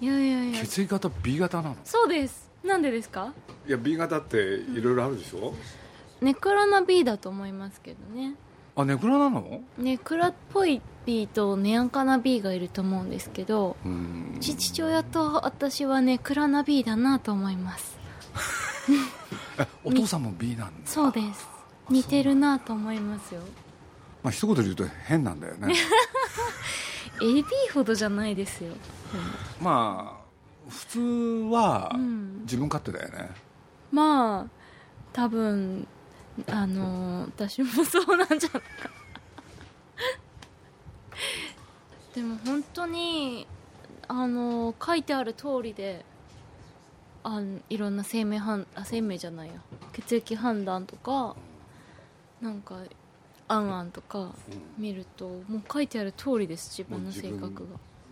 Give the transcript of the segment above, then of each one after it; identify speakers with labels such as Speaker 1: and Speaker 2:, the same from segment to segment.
Speaker 1: いやいやいや
Speaker 2: 血液型 B 型なの
Speaker 1: そうですなんでですか
Speaker 2: いや B 型っていろいろあるでしょ、
Speaker 1: ネクラな B だと思いますけどね
Speaker 2: あネクラなの
Speaker 1: ネクラっぽい B とネアンカな B がいると思うんですけど
Speaker 2: うん
Speaker 1: 父親と私はネクラな B だなと思います
Speaker 2: えお父さんも B なんだ、
Speaker 1: そうです似てるなと思いますよ
Speaker 2: まあ、一言で言うと変なんだよね
Speaker 1: AB ほどじゃないですよでも
Speaker 2: まあ普通は
Speaker 1: うん
Speaker 2: 自分勝手だよね、
Speaker 1: まあ多分あのー私もそうなんじゃないかでも本当にあのー書いてある通りであんいろんな生命判あ生命じゃないや血液判断とかなんかあんあんとか見るともう書いてある通りです自分の性格が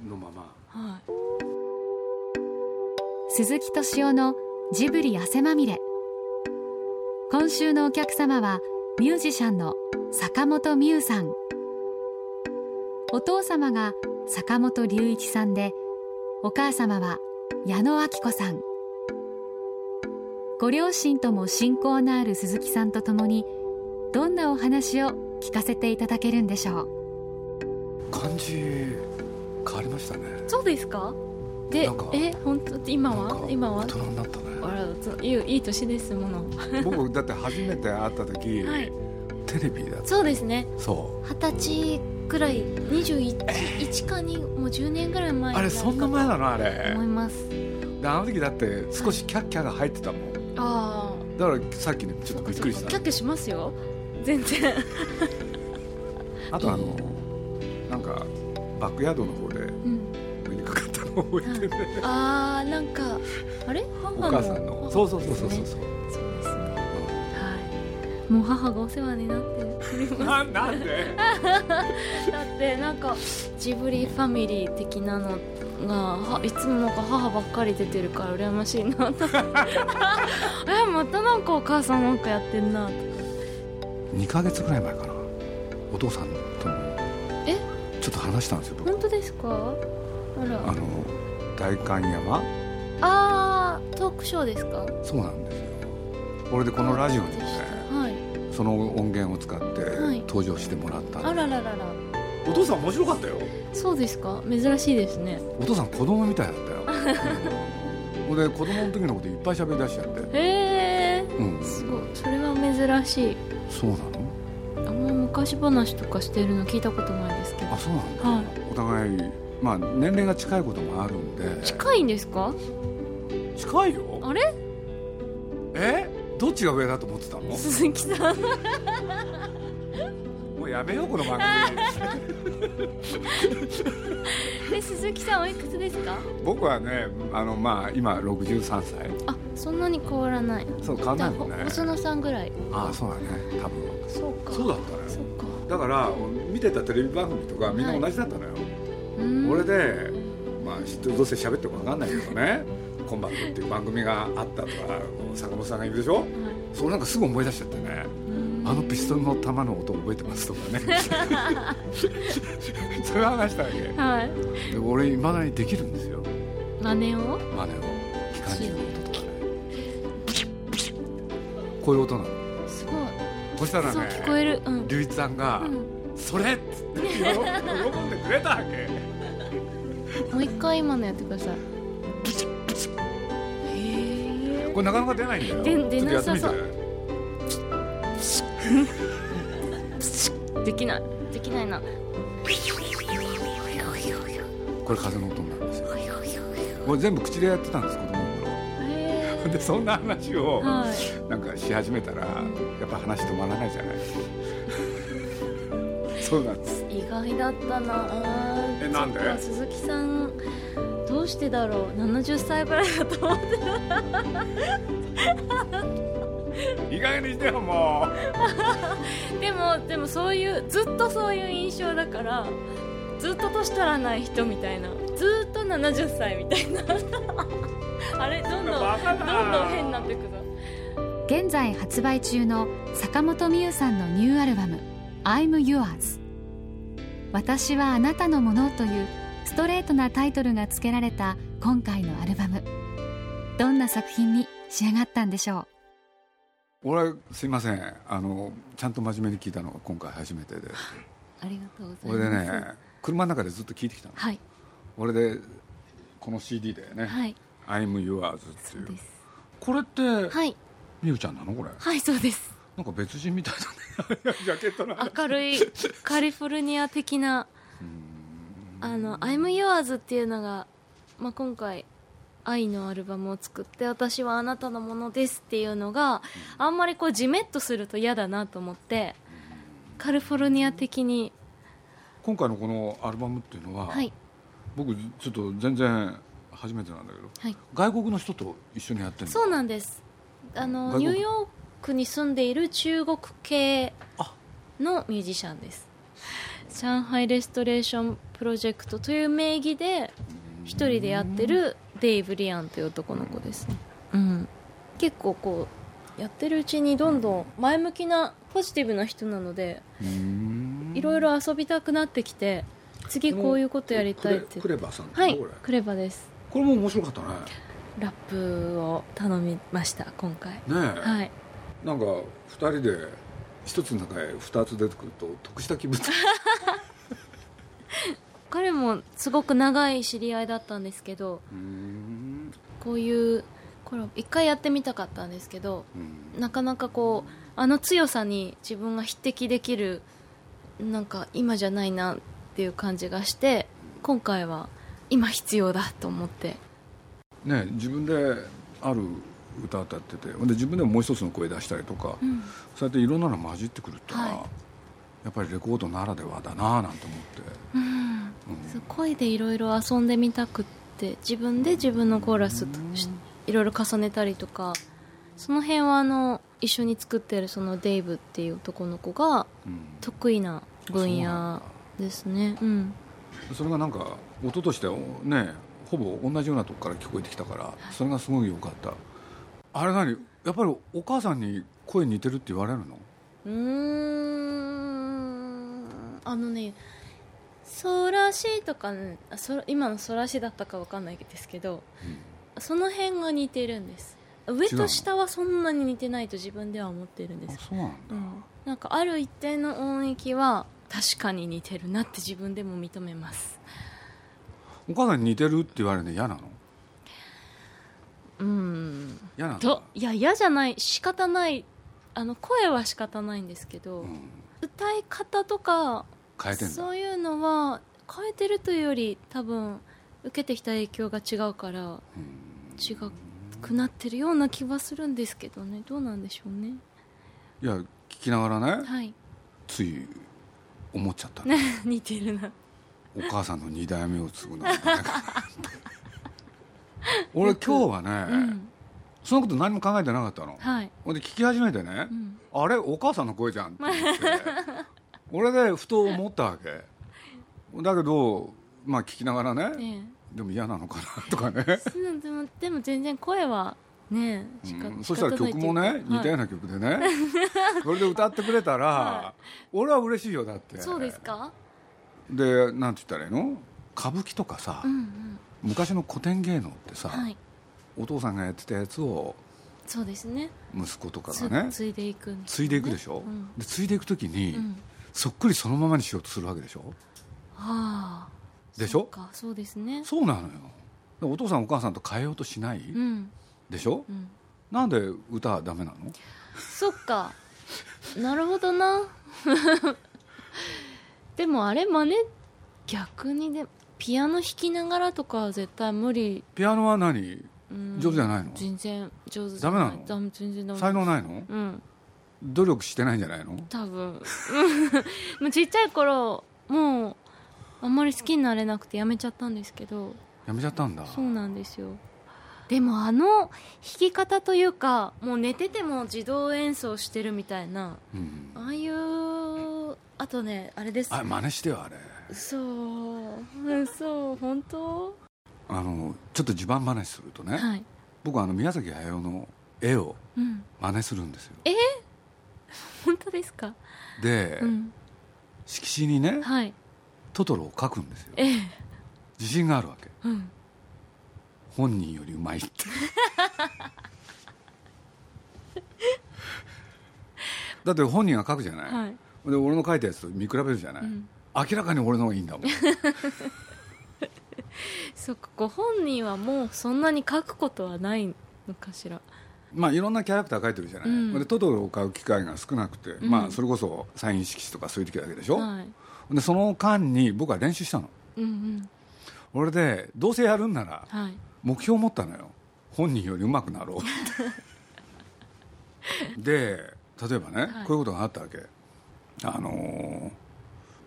Speaker 2: のまま
Speaker 1: はい
Speaker 3: 鈴木敏夫のジブリ汗まみれ今週のお客様はミュージシャンの坂本美優さんお父様が坂本龍一さんでお母様は矢野明子さんご両親とも親交のある鈴木さんと共にどんなお話を聞かせていただけるんでしょう
Speaker 2: 感じ変わりましたね
Speaker 1: そうですかで
Speaker 2: なんか
Speaker 1: え本当今
Speaker 2: なん
Speaker 1: は
Speaker 2: か
Speaker 1: 今は
Speaker 2: 大人になった
Speaker 1: あ
Speaker 2: ね
Speaker 1: らついいいい年ですもの
Speaker 2: 僕だって初めて会った時、
Speaker 1: はい
Speaker 2: テレビだ
Speaker 1: そうですね
Speaker 2: そう
Speaker 1: 二十歳くらい21一かにもう10年ぐらい前
Speaker 2: あれそんな前
Speaker 1: だ
Speaker 2: なのあれ
Speaker 1: 思います
Speaker 2: であの時だって少しキャッキャが入ってたもんだ
Speaker 1: ああ
Speaker 2: からさっきねちょっとびっくりし
Speaker 1: キャ
Speaker 2: た
Speaker 1: ッキャしますよ全然
Speaker 2: あとあのなんかバックヤードの方で
Speaker 1: うん
Speaker 2: 上にかかったの覚えてるね
Speaker 1: あーなんかあれ母
Speaker 2: お
Speaker 1: も
Speaker 2: 母さんのそうそうそうそうそう
Speaker 1: ですね
Speaker 2: そ
Speaker 1: そ
Speaker 2: う
Speaker 1: うですねはいもう母がお世話になっております
Speaker 2: ななんで
Speaker 1: だってなんかジブリファミリー的なのがはいつもなんか母ばっかり出てるから羨ましいな とえまたなんかお母さんなんかやってんなと
Speaker 2: 2ヶ月ぐらい前かなお父さんとも
Speaker 1: え
Speaker 2: ちょっと話したんですよ僕
Speaker 1: 本当ですかあ
Speaker 2: あ
Speaker 1: ら
Speaker 2: の代官山
Speaker 1: あートークショーですか
Speaker 2: そうなんですよこれでこのラジオに
Speaker 1: で
Speaker 2: ね
Speaker 1: したはい
Speaker 2: その音源を使って
Speaker 1: はい
Speaker 2: 登場してもらったの、
Speaker 1: あらららら
Speaker 2: お父さん面白かったよ
Speaker 1: そうですか珍しいですね
Speaker 2: お父さん子供みたいだ ったよほんで子供の時のこといっぱい喋り出しちゃって
Speaker 1: へえ
Speaker 2: うん
Speaker 1: すごいそれは珍しい
Speaker 2: そうなの
Speaker 1: あんま昔話とかしてるの聞いたことないですけど
Speaker 2: あそうな
Speaker 1: は
Speaker 2: んだ、
Speaker 1: い
Speaker 2: お互いまあ年齢が近いこともあるんで
Speaker 1: 近いんですか
Speaker 2: 近いよ
Speaker 1: あれ
Speaker 2: えどっちが上だと思ってたの
Speaker 1: 鈴木さん
Speaker 2: もうやめようこの 番組
Speaker 1: で鈴木さんおいくつですか
Speaker 2: 僕はねあのまあ今63歳
Speaker 1: あそんなに変わらない
Speaker 2: そう変わんないもんね
Speaker 1: だほ細野さんぐらい
Speaker 2: ああそうだね多分
Speaker 1: そうか
Speaker 2: そうだった
Speaker 1: そ
Speaker 2: ね
Speaker 1: うか
Speaker 2: だから見てたテレビ番組とかみんな同じだったのよ、
Speaker 1: うーん
Speaker 2: 俺で、まあ、知ってどうせ喋ってるか分かんないけどね 「コンバット」っていう番組があったとか坂本さんがいるでしょ
Speaker 1: はい
Speaker 2: そうなんかすぐ思い出しちゃってね
Speaker 1: うーん
Speaker 2: あのピストルの弾の音覚えてますとかね それ話したわけで
Speaker 1: はい
Speaker 2: 俺いまだにできるんですよ
Speaker 1: 真似を
Speaker 2: 真似を機関銃の音とかねこういう音なの
Speaker 1: すごい
Speaker 2: そしたら
Speaker 1: そう聞こ
Speaker 2: ね
Speaker 1: えるうん、
Speaker 2: 龍一さんが
Speaker 1: うん、
Speaker 2: 「それ!」っつって喜んでくれたわけ
Speaker 1: もう一回今のやってくださいへえ
Speaker 2: これなかなか出ないんだ
Speaker 1: 出
Speaker 2: よ
Speaker 1: 出
Speaker 2: ちょっとや
Speaker 1: な
Speaker 2: って
Speaker 1: さ
Speaker 2: みて
Speaker 1: そうできないできないな
Speaker 2: これ風の音なんですよこれ全部口でやってたんです子供の
Speaker 1: へ
Speaker 2: 頃でそんな話を
Speaker 1: ーはい
Speaker 2: なんかし始めたらやっぱ話止まらないじゃ ないそうなんです
Speaker 1: 意外だったなあー
Speaker 2: えなんで
Speaker 1: そっか鈴木さんどうしてだろう70歳ぐらいだと思って
Speaker 2: 意外にしてよも
Speaker 1: でもでもそういうずっとそういう印象だからずっと年取らない人みたいなずっと70歳みたいな あれどんどんどんど
Speaker 2: バカだなん
Speaker 1: 変になってくぞ
Speaker 3: 現在発売中の坂本美優さんのニューアルバム「I'm Yours」「私はあなたのもの」というストレートなタイトルが付けられた今回のアルバムどんな作品に仕上がったんでしょう
Speaker 2: 俺すいませんあのちゃんと真面目に聞いたのが今回初めてで
Speaker 1: ありがとうご
Speaker 2: 俺
Speaker 1: ざ
Speaker 2: で
Speaker 1: います
Speaker 2: ね車の中でずっと聞いてきたの
Speaker 1: はい
Speaker 2: 俺でこの CD でね「
Speaker 1: はい
Speaker 2: I'm Yours」って
Speaker 1: そう
Speaker 2: い
Speaker 1: で
Speaker 2: う
Speaker 1: す
Speaker 2: これって、
Speaker 1: はい
Speaker 2: みゆちゃんなのこれ
Speaker 1: はいそうです
Speaker 2: なんか別人みたいだね ジャケットの
Speaker 1: 明るいカリフォルニア的なあの「I'm Yours」っていうのが、まあ、今回「愛」のアルバムを作って「私はあなたのものです」っていうのがあんまりこうジメッとすると嫌だなと思ってカリフォルニア的に
Speaker 2: 今回のこのアルバムっていうのは、
Speaker 1: はい
Speaker 2: 僕ちょっと全然初めてなんだけど
Speaker 1: はい
Speaker 2: 外国の人と一緒にやってるの
Speaker 1: そうなんですあ
Speaker 2: 外
Speaker 1: のニ
Speaker 2: 国
Speaker 1: ューヨークに住んでいる中国系
Speaker 2: あ
Speaker 1: のミュージシャンです上海レストレーションプロジェクトという名義で一人でやってるデイブ・リアンという男の子ですね、うん、結構こうやってるうちにどんどん前向きなポジティブな人なので
Speaker 2: うーん
Speaker 1: いろいろ遊びたくなってきて次こういうことやりたいって
Speaker 2: クレクレバさんって
Speaker 1: はい
Speaker 2: これ
Speaker 1: クレバです
Speaker 2: これも面白かったね
Speaker 1: ラップを頼みました今回
Speaker 2: ねえ、
Speaker 1: はい
Speaker 2: なんか二人で一つの中へ二つ出てくると得した 気分
Speaker 1: 彼もすごく長い知り合いだったんですけど
Speaker 2: うーん
Speaker 1: こういうコラボ一回やってみたかったんですけど
Speaker 2: うん
Speaker 1: なかなかこうあの強さに自分が匹敵できるなんか今じゃないなっていう感じがして今回は今必要だと思って
Speaker 2: ねえ自分である歌歌っててほんで自分でももう一つの声出したりとか、
Speaker 1: ん
Speaker 2: そうやっていろんなの混じってくるっていうのは、
Speaker 1: はい
Speaker 2: やっぱりレコードならではだなあなんて思って、
Speaker 1: うん
Speaker 2: うん
Speaker 1: そう声でいろいろ遊んでみたくって自分で自分のコーラスとしいろいろ重ねたりとかその辺はあの一緒に作ってるそのデイブっていう男の子が
Speaker 2: うん
Speaker 1: 得意な分野ですねうん
Speaker 2: それがなんか音としてはねほぼ同じようなとこから聞こえてきたからそれがすごい良かったあれ何やっぱりお母さんに声似てるって言われるの
Speaker 1: うーんあのね「ソラシ」とか、ね、あそ今の「ソラシ」だったかわかんないですけど、その辺が似てるんです上
Speaker 2: 違うの
Speaker 1: と下はそんなに似てないと自分では思ってるんで
Speaker 2: あ
Speaker 1: す
Speaker 2: そうなんだ、
Speaker 1: うんなんかある一定の音域は確かに似てるなって自分でも認めます
Speaker 2: お母さんに似てるって言われるの嫌なの
Speaker 1: うん
Speaker 2: 嫌なんだ
Speaker 1: といや嫌じゃない仕方ないあの声は仕方ないんですけど、
Speaker 2: うん、
Speaker 1: 歌い方とか
Speaker 2: 変えてんだ
Speaker 1: そういうのは変えてるというより多分受けてきた影響が違うから違くなってるような気はするんですけどねどうなんでしょうね
Speaker 2: いや聞きながらね
Speaker 1: はい
Speaker 2: つい思っちゃったの
Speaker 1: 似てるな
Speaker 2: お母さんの二代目を継ぐなんて ね俺今日はね、
Speaker 1: うん
Speaker 2: そのこと何も考えてなかったの
Speaker 1: はい、
Speaker 2: ほんで聞き始めてね、
Speaker 1: うん、
Speaker 2: あれお母さんの声じゃんって思って俺でふと思ったわけだけどまあ聞きながらね
Speaker 1: え
Speaker 2: でも嫌なのかなとかね
Speaker 1: えうんでもでも全然声はねえ仕方
Speaker 2: うんそしたら曲
Speaker 1: 仕
Speaker 2: も
Speaker 1: 方な
Speaker 2: ね
Speaker 1: いというか
Speaker 2: 似たような曲でねそれで歌ってくれたら
Speaker 1: は
Speaker 2: 俺は嬉しいよだって
Speaker 1: そうですか
Speaker 2: でなんて言ったらいいの歌舞伎とかさ
Speaker 1: うんうん
Speaker 2: 昔の古典芸能ってさ
Speaker 1: はい
Speaker 2: お父さんがやってたやつを
Speaker 1: そうですね
Speaker 2: 息子とか
Speaker 1: つ
Speaker 2: がね
Speaker 1: ついでいくんです
Speaker 2: 継いでいくでしょ
Speaker 1: うん
Speaker 2: で継いでいく時に
Speaker 1: うん
Speaker 2: そっくりそのままにしようとするわけでしょ
Speaker 1: はあ
Speaker 2: でしょ
Speaker 1: そっかそうですね
Speaker 2: そうなのよでお父さんお母さんと変えようとしない、
Speaker 1: うん
Speaker 2: でしょ
Speaker 1: うん
Speaker 2: なんで歌はダメなの
Speaker 1: そっかなるほどな でもあれ真似逆にでピアノ弾きながらとかは絶対無理、
Speaker 2: ピアノは何
Speaker 1: うん
Speaker 2: 上手じゃないの
Speaker 1: 全然上手じゃない
Speaker 2: ダメなの
Speaker 1: ダメ全然ダメ
Speaker 2: 才能ないの
Speaker 1: うん
Speaker 2: 努力してないんじゃないの
Speaker 1: 多分 もうちっちゃい頃もうあんまり好きになれなくてやめちゃったんですけど
Speaker 2: やめちゃったんだ
Speaker 1: そうなんですよでもあの弾き方というかもう寝てても自動演奏してるみたいな
Speaker 2: うん
Speaker 1: ああいうあとねあれです
Speaker 2: あれ真似してよあれ
Speaker 1: そうそう本当
Speaker 2: あのちょっと自慢話するとね、
Speaker 1: はい、
Speaker 2: 僕あの宮崎駿の絵を
Speaker 1: うん、
Speaker 2: 真似するんですよ
Speaker 1: 本当ですか、
Speaker 2: で、
Speaker 1: うん、
Speaker 2: 色紙にね
Speaker 1: はい
Speaker 2: トトロを描くんですよ
Speaker 1: ええ
Speaker 2: 自信があるわけ
Speaker 1: うん
Speaker 2: 本人よりうまいって だって本人が書くじゃない、
Speaker 1: はい
Speaker 2: で俺の書いたやつと見比べるじゃない、
Speaker 1: うん
Speaker 2: 明らかに俺の方がいいんだ もん
Speaker 1: そっかご本人はもうそんなに書くことはないのかしら
Speaker 2: まあいろんなキャラクター書いてるじゃない、
Speaker 1: うん
Speaker 2: でトトロを買う機会が少なくて、
Speaker 1: ん
Speaker 2: まあそれこそサイン色紙とかそういう時だけでしょ、
Speaker 1: はい
Speaker 2: でその間に僕は練習したの
Speaker 1: うんうん
Speaker 2: 俺でどうせやるんなら
Speaker 1: はい
Speaker 2: 目標を持ったのよ本人より上手くなろうって で例えばね、
Speaker 1: はい
Speaker 2: こういうことがあったわけあの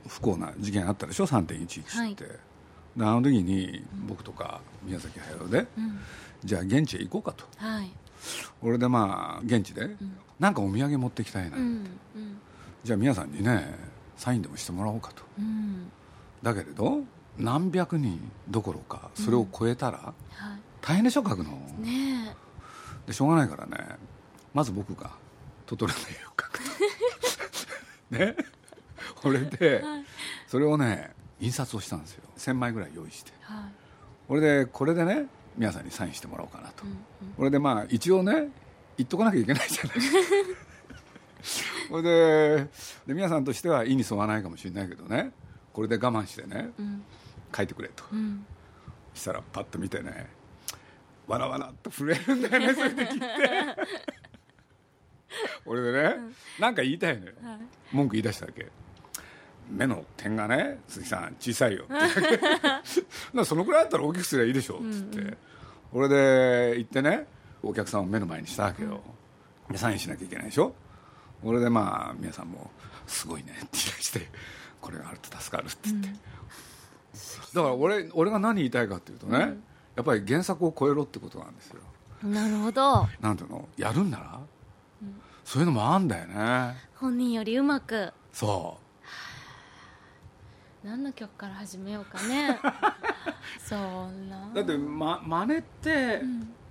Speaker 2: ー不幸な事件あったでしょ3.11って、
Speaker 1: は
Speaker 2: であの時に僕とか宮崎駿で、
Speaker 1: うん
Speaker 2: じゃあ現地へ行こうかと
Speaker 1: はい
Speaker 2: 俺でまあ現地で、なんかお土産持ってきたいな、
Speaker 1: うんうん
Speaker 2: じゃあ皆さんにねサインでもしてもらおうかと
Speaker 1: うん
Speaker 2: だけれど何百人どころかそれを超えたら、
Speaker 1: は
Speaker 2: 大変でしょ書くの、
Speaker 1: いね
Speaker 2: でしょうがないからねまず僕がトトロの絵を描く とね俺で
Speaker 1: えはい
Speaker 2: それをね印刷をしたんですよ1000枚ぐらい用意して
Speaker 1: はい
Speaker 2: 俺でこれでね皆さんにサインしてもらおうかなと、
Speaker 1: うんうん
Speaker 2: これでまあ一応ね言っとかなきゃいけないじゃ ないこれでで皆さんとしては意に沿わないかもしれないけどねこれで我慢してね
Speaker 1: うん
Speaker 2: 書いてくれと
Speaker 1: うん
Speaker 2: したらパッと見てねわらわらっと震えるんだ よねそれで聞いて俺でね、なんか言いたいのよ
Speaker 1: はい
Speaker 2: 文句言い出したわけ目の点がね鈴木さん小さいよって なそのくらいだったら大きくすればいいでしょっつって、俺で行ってねお客さんを目の前にしたわけよ、でサインしなきゃいけないでしょ俺でまあ皆さんも「すごいね」って言い出して「これがあると助かる」って言って、だから俺俺が何言いたいかっていうとね、やっぱり原作を超えろってことなんですよ
Speaker 1: なるほど
Speaker 2: なんていうのやるんなら、そういうのもあんだよね
Speaker 1: 本人よりうまく
Speaker 2: そう
Speaker 1: 何の曲から始めようか ねそんな
Speaker 2: だって、ま、真似って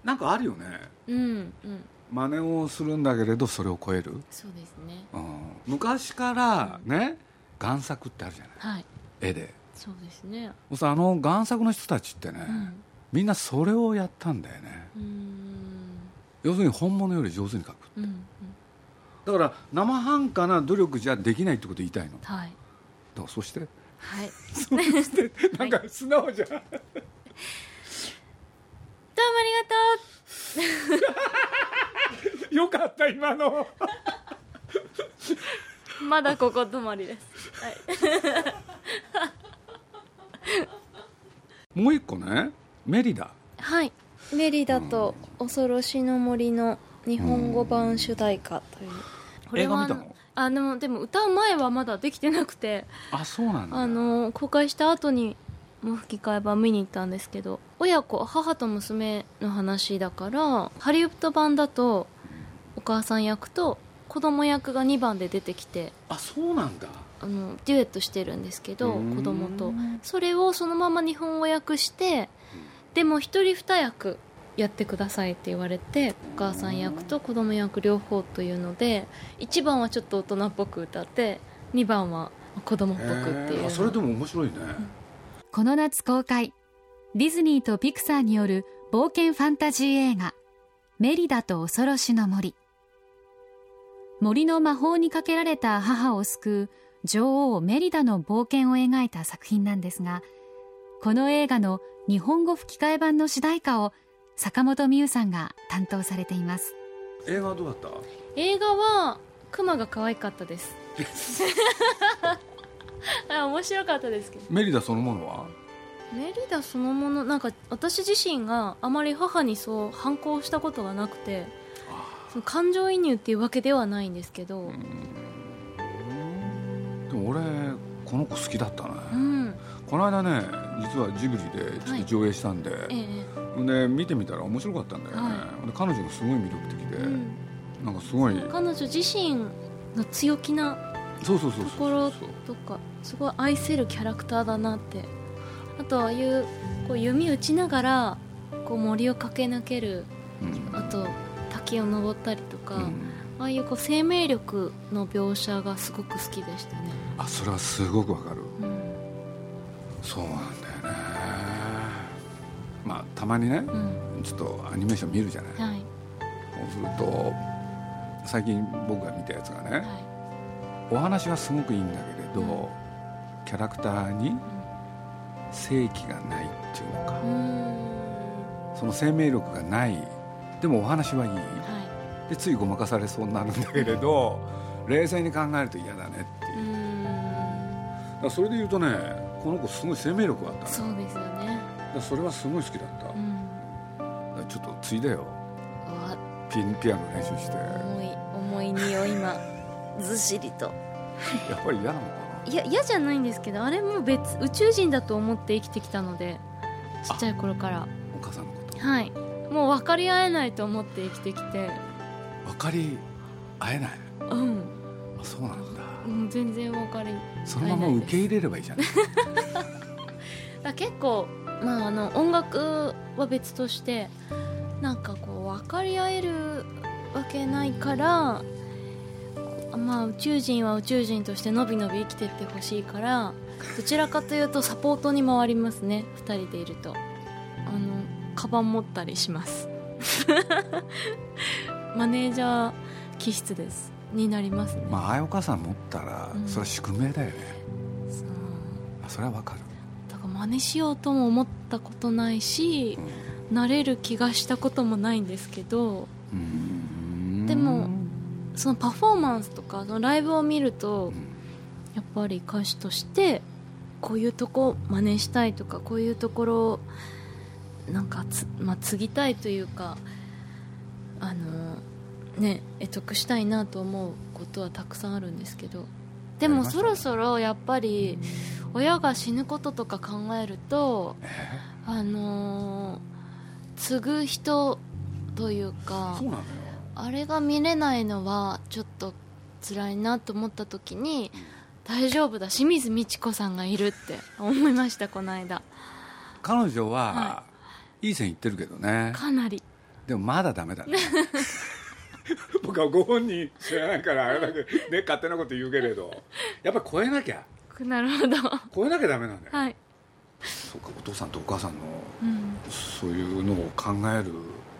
Speaker 2: なんかあるよね、
Speaker 1: うんうん
Speaker 2: 真似をするんだけれどそれを超える、
Speaker 1: そうですね
Speaker 2: うん、昔からね贋作ってあるじゃない
Speaker 1: はい
Speaker 2: 絵で
Speaker 1: そうですね
Speaker 2: もうさあの贋作の人たちってね、
Speaker 1: うん
Speaker 2: みんなそれをやったんだよね
Speaker 1: うーん
Speaker 2: 要するに本物より上手に描く
Speaker 1: うんうん
Speaker 2: だから生半可な努力じゃできないってこと言いたいのだか
Speaker 1: はい
Speaker 2: らそして
Speaker 1: はい
Speaker 2: そして なんか素直じゃん、
Speaker 1: どうもありがと
Speaker 2: よかった今の
Speaker 1: うまだここ止まりですはい
Speaker 2: もう一個ねメリダ
Speaker 1: はい、メリダと恐ろしの森の日本語版主題歌という、これは
Speaker 2: 映画見たの
Speaker 1: あでもでも歌う前はまだできてなくて
Speaker 2: あそうなんだ
Speaker 1: あの公開した後にもう吹き替え版見に行ったんですけど親子母と娘の話だからハリウッド版だとお母さん役と子供役が2番で出てきて
Speaker 2: あそうなんだ
Speaker 1: あのデュエットしてるんですけど
Speaker 2: うん
Speaker 1: 子供とそれをそのまま日本語訳してでも一人二役やってくださいって言われてお母さん役と子供役両方というので1番はちょっと大人っぽく歌って2番は子供っぽくっていう
Speaker 2: えー
Speaker 1: の
Speaker 2: あそれでも面白いね、
Speaker 3: この夏公開ディズニーとピクサーによる冒険ファンタジー映画「メリダと恐ろしの森」森の魔法にかけられた母を救う女王メリダの冒険を描いた作品なんですがこの映画の日本語吹き替え版の主題歌を坂本美優さんが担当されています
Speaker 2: 映画はどうだった
Speaker 1: 映画はクマが可愛かったです あ面白かったですけど
Speaker 2: メリダそのものは
Speaker 1: メリダそのものなんか私自身があまり母にそう反抗したことがなくてその感情移入っていうわけではないんですけど、
Speaker 2: でも俺この子好きだったね、
Speaker 1: うん、
Speaker 2: この間ね実はジブリでちょっと上映したんで、
Speaker 1: ええ
Speaker 2: で見てみたら面白かったんだよね、
Speaker 1: は
Speaker 2: で彼女がすごい魅力的で、
Speaker 1: うん
Speaker 2: なんかすごい
Speaker 1: 彼女自身の強気な
Speaker 2: そうそうそう
Speaker 1: と
Speaker 2: そ
Speaker 1: こ
Speaker 2: う
Speaker 1: ろ
Speaker 2: そう
Speaker 1: とかすごい愛せるキャラクターだなってあとああいうこう弓打ちながらこう森を駆け抜ける
Speaker 2: うん
Speaker 1: あと滝を登ったりとか、
Speaker 2: うん
Speaker 1: ああいうこう生命力の描写がすごく好きでしたね、
Speaker 2: あそれはすごくわかる
Speaker 1: うん
Speaker 2: そうなんだよねまあ、たまにね
Speaker 1: うん
Speaker 2: ちょっとアニメーション見るじゃない、
Speaker 1: はい
Speaker 2: そうすると最近僕が見たやつがね、
Speaker 1: は
Speaker 2: お話はすごくいいんだけれど、
Speaker 1: うん
Speaker 2: キャラクターに正気がないっていうのか
Speaker 1: いう、ー
Speaker 2: その生命力がないでもお話はいい
Speaker 1: んは
Speaker 2: でついごまかされそうになるんだけれど冷静に考えると嫌だねっていう
Speaker 1: いうーん
Speaker 2: だからそれで言うとねこの子すごい生命力があったね
Speaker 1: そうですよね
Speaker 2: だからそれはすごい好きだった、
Speaker 1: うん
Speaker 2: だからちょっとついだよ
Speaker 1: うわ
Speaker 2: ピンピアノ練習してや
Speaker 1: 重い重い匂い今ずっしりと
Speaker 2: っぱり嫌なのか
Speaker 1: いや嫌じゃないんですけどあれも別宇宙人だと思って生きてきたのでちっちゃい頃から
Speaker 2: なお母さんのこと
Speaker 1: はいもう分かり合えないと思って生きてきて
Speaker 2: 分かり合えない
Speaker 1: うん
Speaker 2: あそうなんだ
Speaker 1: うん全然分かり
Speaker 2: そのまま受け入れればいいじゃない
Speaker 1: だ結構、まあ、あの音楽は別としてなんかこう分かり合えるわけないからまあ宇宙人は宇宙人としてのびのび生きてってほしいからどちらかというとサポートに回りますね2人でいるとあのカバン持ったりします マネージャー気質ですになりますね、
Speaker 2: まあああいうお母さん持ったら
Speaker 1: うん
Speaker 2: それは宿命だよね、
Speaker 1: そう
Speaker 2: あそれは分かる、
Speaker 1: だから真似しようとも思ったことないし
Speaker 2: うん
Speaker 1: なれる気がしたこともないんですけど
Speaker 2: うーん
Speaker 1: でもそのパフォーマンスとかそのライブを見る
Speaker 2: う
Speaker 1: と
Speaker 2: ん
Speaker 1: やっぱり歌手としてこういうとこ真似したいとかこういうところをなんかつ、まあ、継ぎたいというかあのね得得したいなと思うことはたくさんあるんですけどで
Speaker 2: あり
Speaker 1: も
Speaker 2: ます
Speaker 1: そろそろやっぱり親が死ぬこととか考えると
Speaker 2: え
Speaker 1: あのー継ぐ人という
Speaker 2: ー
Speaker 1: か
Speaker 2: そうなのよ
Speaker 1: あれが見れないのはちょっと辛いなと思った時に大丈夫だ清水ミチ子さんがいるって思いましたこの間
Speaker 2: 彼女は、、
Speaker 1: はい
Speaker 2: い線いってるけどね
Speaker 1: かなり
Speaker 2: でもまだダメだね 僕はご本人知らないからあれだけどね勝手なこと言うけれどやっぱり超えなきゃ
Speaker 1: なるほど
Speaker 2: 超えなきゃダメなんだよ、
Speaker 1: はい、
Speaker 2: そうかお父さんとお母さんの
Speaker 1: うん
Speaker 2: そういうのを考える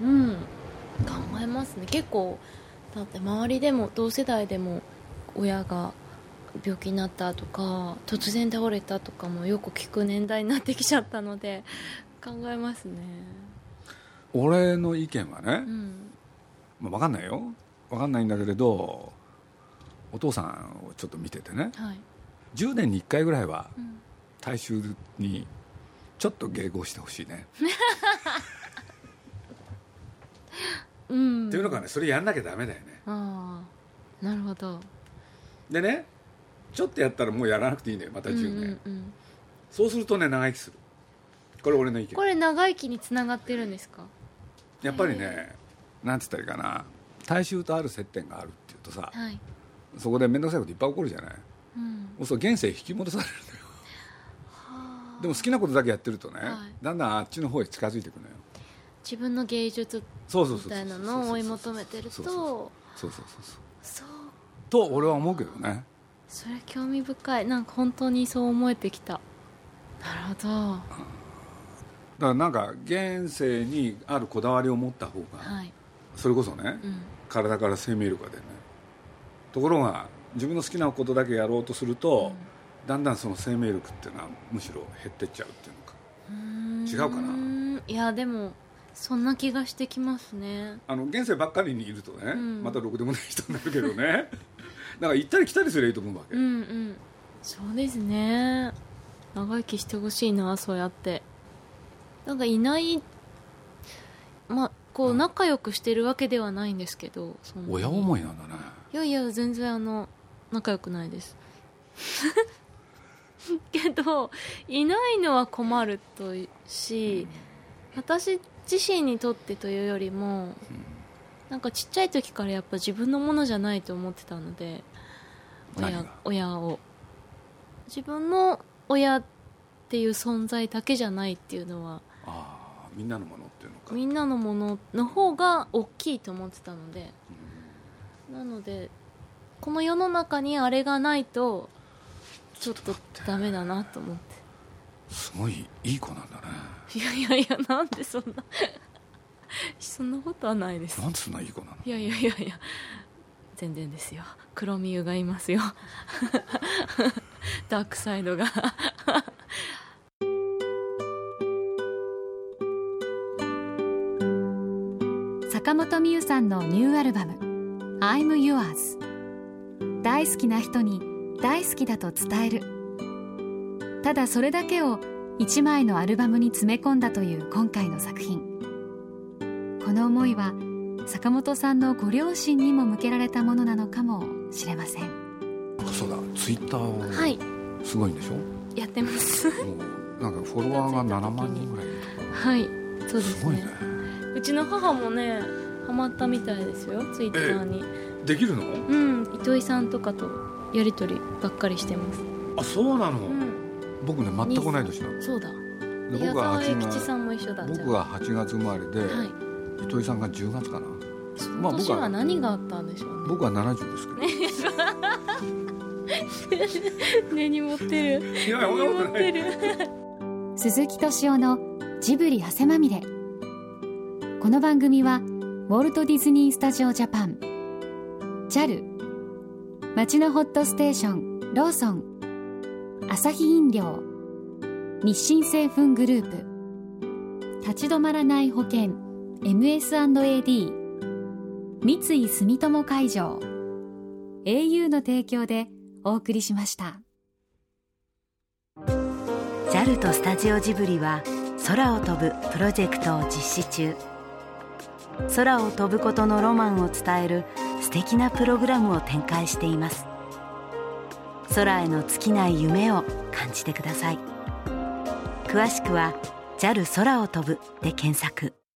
Speaker 1: うん、考えますね結構だって周りでも同世代でも親が病気になったとか突然倒れたとかもよく聞く年代になってきちゃったので考えますね
Speaker 2: 俺の意見はね、
Speaker 1: うん
Speaker 2: まあ、分かんないよ分かんないんだけれどお父さんをちょっと見ててね
Speaker 1: はい、
Speaker 2: 10年に1回ぐらいは
Speaker 1: うん、
Speaker 2: 大衆にちょっと迎合してほしいね、
Speaker 1: うん
Speaker 2: っていうのがねそれやんなきゃダメだよね
Speaker 1: ああなるほど
Speaker 2: でねちょっとやったらもうやらなくていいんだよまた10年、
Speaker 1: うんうんうん
Speaker 2: そうするとね長生きするこれ俺の意見
Speaker 1: これ長生きにつながってるんですか
Speaker 2: やっぱりねなんつったらいいかな大衆とある接点があるっていうとさ
Speaker 1: はい、
Speaker 2: そこで面倒くさいこといっぱい起こるじゃないも
Speaker 1: うん、
Speaker 2: うそう現世引き戻されるのよでも好きなことだけやってるとね、
Speaker 1: はい
Speaker 2: だんだんあっちの方へ近づいてくのよ
Speaker 1: 自分の芸術
Speaker 2: そうそう
Speaker 1: み
Speaker 2: そう
Speaker 1: たいなのを追い求めてる
Speaker 2: そうそうそう
Speaker 1: と
Speaker 2: そうそう
Speaker 1: そ
Speaker 2: そうそう
Speaker 1: う
Speaker 2: と俺は思うけどね
Speaker 1: それ興味深いなんか本当にそう思えてきたなるほど
Speaker 2: だからなんか現世にあるこだわりを持った方が、
Speaker 1: はい、
Speaker 2: それこそね、
Speaker 1: うん、
Speaker 2: 体から生命力が出るねところが自分の好きなことだけやろうとすると、だんだんその生命力っていうのはむしろ減ってっちゃうっていうのか
Speaker 1: うん
Speaker 2: 違うかなん
Speaker 1: いやでもそんな気がしてきますね
Speaker 2: あの現世ばっかりにいるとね、
Speaker 1: うん
Speaker 2: またろくでもない人になるけど ねだから行ったり来たりすればいいと思うわけ、
Speaker 1: うんうんそうですね長生きしてほしいなそうやってなんかいないまあこ
Speaker 2: う
Speaker 1: うん仲良くしてるわけではないんですけどそんなに
Speaker 2: 親思いなんだね
Speaker 1: いやいや全然あの仲良くないです けどいないのは困るといし私自身にとってというよりもなんかちっちゃい時からやっぱ自分のものじゃないと思ってたので
Speaker 2: 何
Speaker 1: 親
Speaker 2: が
Speaker 1: 親を自分の親っていう存在だけじゃないっていうのは
Speaker 2: ああみんなのものっていうのか
Speaker 1: みんなのものの方が大きいと思ってたのでなのでこの世の中にあれがないとちょっとダメだなと思って
Speaker 2: すごいいい子なんだね
Speaker 1: いやいやいやなんでそんな そんなことはないです
Speaker 2: なんでそんないい子なの
Speaker 1: いやいやいやいや全然ですよ黒みゆがいますよ ダークサイドが
Speaker 3: 坂本美優さんのニューアルバム「I'm Yours」大好きな人に大好きだと伝えるただそれだけを一枚のアルバムに詰め込んだという今回の作品この思いは坂本さんのご両親にも向けられたものなのかもしれません
Speaker 2: そうだツイッターを、
Speaker 1: はい
Speaker 2: すごいんでしょ
Speaker 1: やってます
Speaker 2: もうなんかフォロワーが7万人ぐらいいる
Speaker 1: はいそうで
Speaker 2: とかす
Speaker 1: す
Speaker 2: ごい
Speaker 1: ね
Speaker 2: ね
Speaker 1: うちの母もねハマったみたいですよツイッターに、
Speaker 2: できるの
Speaker 1: うん糸井さんとかとやり取りばっかりしてます、
Speaker 2: あそうなの、
Speaker 1: うん、
Speaker 2: 僕ね全く同い年なの
Speaker 1: そうだ
Speaker 2: で
Speaker 1: 宮
Speaker 2: 僕は
Speaker 1: 沢
Speaker 2: 8
Speaker 1: 永吉
Speaker 2: 月
Speaker 1: さんも一緒だじゃ
Speaker 2: 僕は8月生まれで、
Speaker 1: あはい
Speaker 2: 糸井さんが10月かな
Speaker 1: そ
Speaker 2: ま
Speaker 1: の
Speaker 2: あ僕
Speaker 1: 年
Speaker 2: は
Speaker 1: は何があったんでしょうね、
Speaker 2: 僕は70ですけ
Speaker 1: 根に持ってる
Speaker 2: どいや
Speaker 1: 根に持ってる
Speaker 3: 鈴木敏夫のジブリ汗まみれこの番組はウォルト・ディズニー・スタジオ・ジャパン JAL 町のホットステーションローソンアサヒ飲料日清製粉グループ立ち止まらない保険 MS&AD 三井住友海上 au の提供でお送りしました。
Speaker 4: JAL とスタジオジブリは空を飛ぶプロジェクトを実施中空を飛ぶことのロマンを伝える素敵なプログラムを展開しています空への尽きない夢を感じてください詳しくは JAL 空を飛ぶで検索